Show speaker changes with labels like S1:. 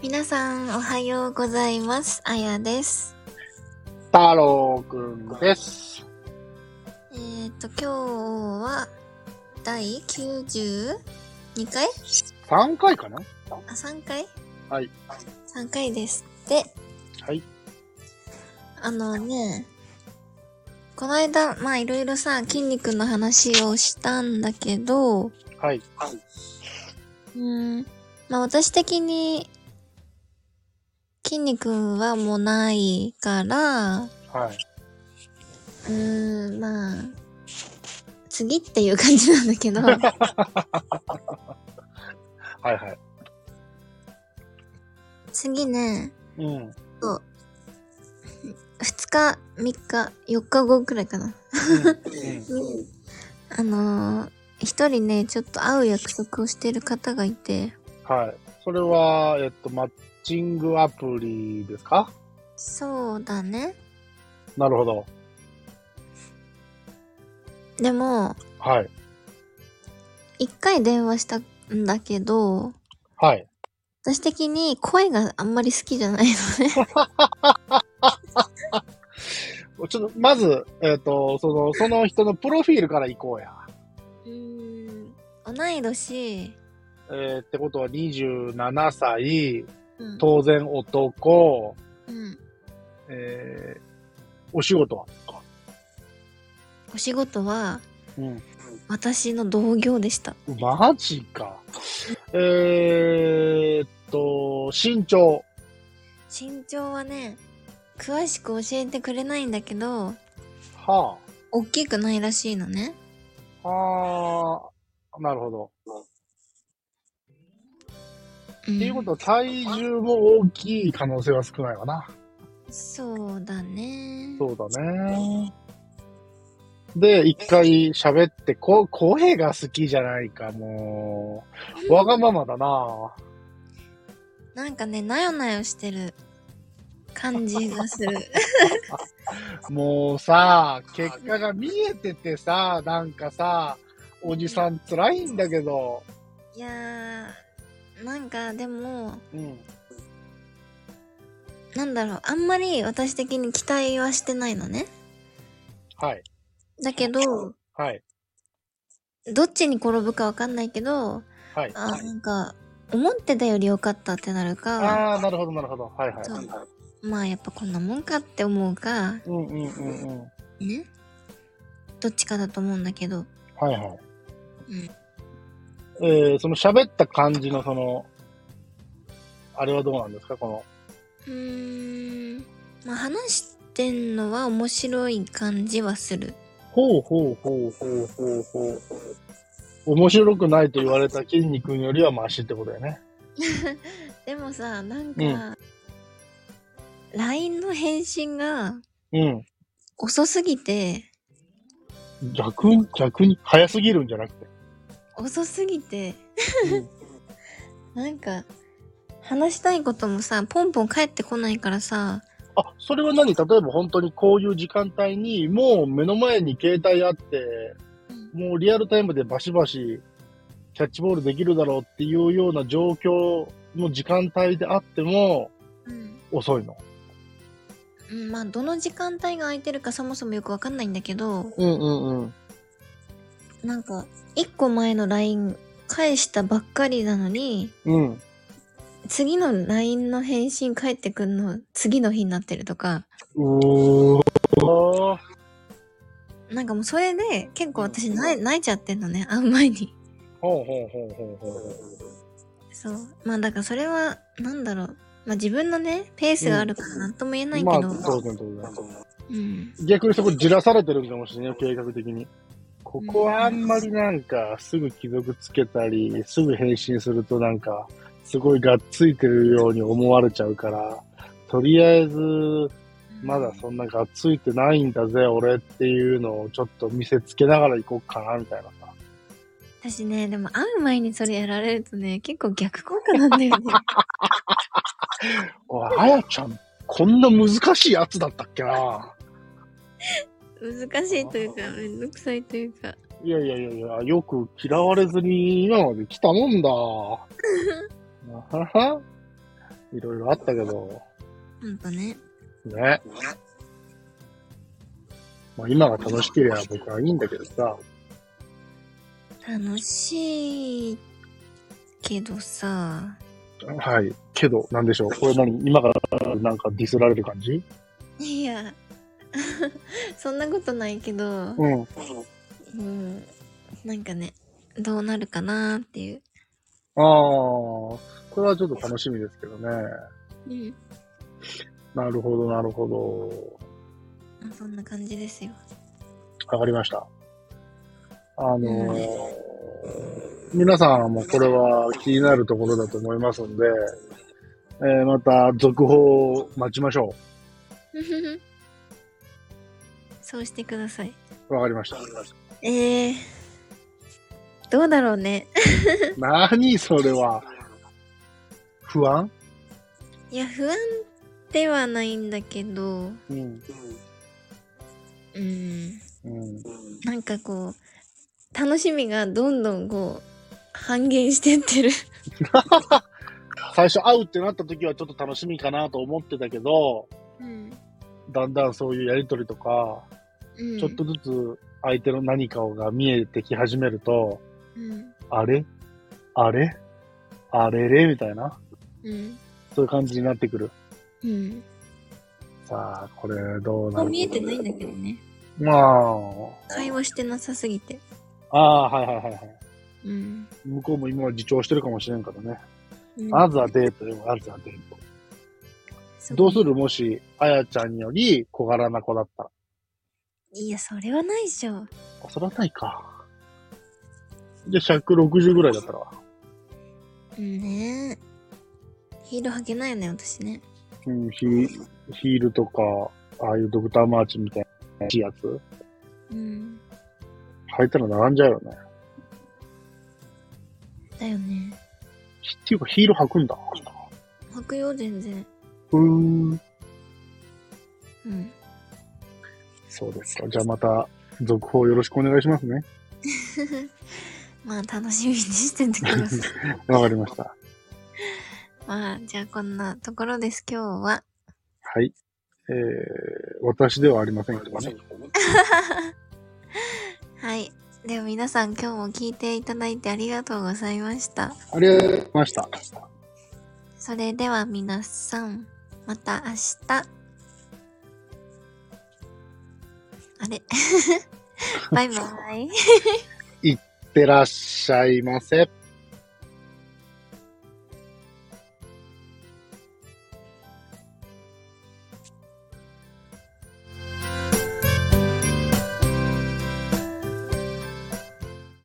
S1: 皆さん、おはようございます。あやです。
S2: 太郎くんです。
S1: えっ、ー、と、今日は、第92回
S2: 3回かな
S1: あ、3回
S2: はい。
S1: ?3 回です。で、
S2: はい。
S1: あのね、この間、まあいろいろさ、筋肉の話をしたんだけど、う
S2: はい。はい。
S1: ーん、まあ私的に、筋肉はもうないから、う
S2: はい。
S1: ーん、まあ、次っていう感じなんだけど、
S2: はいはい。
S1: 次ね、
S2: うん。
S1: 2日、3日、4日後くらいかな。あのー、一人ね、ちょっと会う約束をしてる方がいて、
S2: はい。それは、えっと、マッチングアプリですか
S1: そうだね。
S2: なるほど。
S1: でも、
S2: はい。
S1: 一回電話したんだけど、
S2: はい。
S1: 私的に声があんまり好きじゃないのね。
S2: ちょっと、まず、えっと、その、その人のプロフィールから行こうや。
S1: うーん。同い年、
S2: えー、ってことは27歳、
S1: うん。
S2: 当然男、
S1: うん。
S2: えー、お仕事は
S1: お仕事は、
S2: うん。
S1: 私の同業でした。
S2: マジか。えー、っと、身長。
S1: 身長はね、詳しく教えてくれないんだけど、
S2: は
S1: 大きくないらしいのね。
S2: あ。はあ。なるほど。
S1: うん
S2: っていうことは、体重も大きい可能性は少ないわな。
S1: そうだね。
S2: そうだね。で、一回喋って、こ、声が好きじゃないか、もう。わがままだな。
S1: なんかね、なよなよしてる感じがする。
S2: もうさ、結果が見えててさ、なんかさ、おじさん辛いんだけど。
S1: いやー、なんかでも、
S2: うん。
S1: なんだろう、あんまり私的に期待はしてないのね。
S2: はい。
S1: だけど、
S2: はい。
S1: どっちに転ぶかわかんないけど、
S2: はい。
S1: あー、なんか、思ってたより良かったってなるか、
S2: ああ、なるほど、なるほど。はいは
S1: そう
S2: い。
S1: まあやっぱこんなもんかって思うか、
S2: うんうんうんうん。
S1: ね。どっちかだと思うんだけど、
S2: はいはい。
S1: うん
S2: えー、その喋った感じのその、あれはどうなんですかこの、
S1: うーん、まあ話してんのは面白い感じはする。
S2: ほうほうほうほうほうほう。面白くないと言われた筋肉よりはマシってことだよね。
S1: でもさ、なん
S2: う
S1: か、LINE の返信が
S2: うん。
S1: 遅すぎて、
S2: 逆に、逆に、早すぎるんじゃなく て。
S1: 遅すぎて、
S2: うん
S1: なんか、話したいこともさ、ポンポン帰ってこないからさ、
S2: あ、それは何例えば本当にこういう時間帯に、もう目の前に携帯あって、もうリアルタイムでバシバシキャッチボールできるだろうっていうような状況の時間帯であっても
S1: うん。
S2: 遅いの。
S1: うん、まあ、どの時間帯が空いてるかそもそもよくわかんないんだけど、
S2: うんうんうん。
S1: なんか、一個前の LINE 返したばっかりなのに、
S2: うん。
S1: 次の LINE の返信返ってくんの次の日になってるとか、
S2: うお
S1: なんかもうそれで結構私泣い泣いちゃってんのね、会う前に。
S2: ほうほうほうほうほ。
S1: そう。まあだからそれは、なんだろう。まあ自分のね、ペースがあるからなんとも言えないうけ
S2: まあ、
S1: ど、
S2: 当然当然。
S1: うん。
S2: 逆にそこじらされてるんかもしれないよ、計画的に。ここはあんまりなんか、すぐ既読つけたり、すぐ返信するとなんか、すごいがっついてるように思われちゃうから、とりあえず、まだそんながっついてないんだぜ、俺っていうのをちょっと見せつけながら行こうかな、みたいなさ。
S1: 私ね、でも会う前にそれやられるとね、結構逆効果なんだよね。
S2: おい、あやちゃん、こんな難しいやつだったっけな。
S1: 難しいというか、めんどくさいというか。
S2: いやいやいやいや、よく嫌われずに今まで来たもんだ。あははいろいろあったけど、
S1: ほんとね。
S2: ね。まあ今が楽しければ僕はいいんだけどさ、
S1: 楽しいけどさ、
S2: はい。けど、なんでしょう。これ何今からなんかディスられる感じ
S1: いや、 そんなことないけど、
S2: うん。
S1: うん、なんかね、どうなるかなっていう。
S2: ああ、これはちょっと楽しみですけどね。
S1: うん。
S2: なるほど、なるほど。
S1: まあそんな感じです よ。
S2: わかりました。あのー皆さんもこれは気になるところだと思いますんで、えーまた続報を待ちましょ
S1: そうしてください。
S2: う。わかりました。
S1: えー、どうだろうね。
S2: 何それは。不安
S1: いや、不安ではないんだけど、
S2: うん。
S1: うん、
S2: うん。
S1: なんかこう、楽しみがどんどんこう、半減してってる。
S2: 最初会うってなった時はちょっと楽しみかなと思ってたけど、
S1: うん。
S2: だんだんそういうやりとりとか、
S1: うん、
S2: ちょっと、ずつ相手の何かが見えてき始めると、
S1: うん。
S2: あれあれあれれみたいな、
S1: うん。
S2: そういう感じになってくる。
S1: うん。
S2: さあ、これどうな
S1: もう
S2: る
S1: 見えてないんだけどね。
S2: ま
S1: 会話してなさすぎて。
S2: あ、ああー、はいはいはいはい。
S1: うん。
S2: 向こうも今は自重してるかもしれんからね。
S1: うん
S2: まずはデートよ、まずはデート。
S1: そ
S2: どうするもし、あやちゃんより小柄な子だったら。
S1: いや、それはないでしょ。
S2: あ、そらないか。じゃあ160ぐらいだったら。
S1: うんねヒール履けないよね、私ね。
S2: うん、ヒヒールとか、ああいうドクターマーチみたいなやつ。
S1: うん。
S2: 履いたら並んじゃうよね。
S1: だよね。
S2: ひっていうかヒール履くんだ。
S1: 履くよ、全然。
S2: うーん。
S1: うん。
S2: そうですか。じゃあまた、続報よろしくお願いしますね。
S1: まあ、楽しみにしててくだ さい。
S2: わかりました。
S1: まあ、じゃあこんなところです、今日は。
S2: はい。えー、私ではありませんけどね。
S1: はい。では皆さん今日も聞いていただいてありがとうございました。
S2: ありがとうございました。
S1: それでは皆さん、また明日。あれ バイバイ。
S2: いってらっしゃいませ。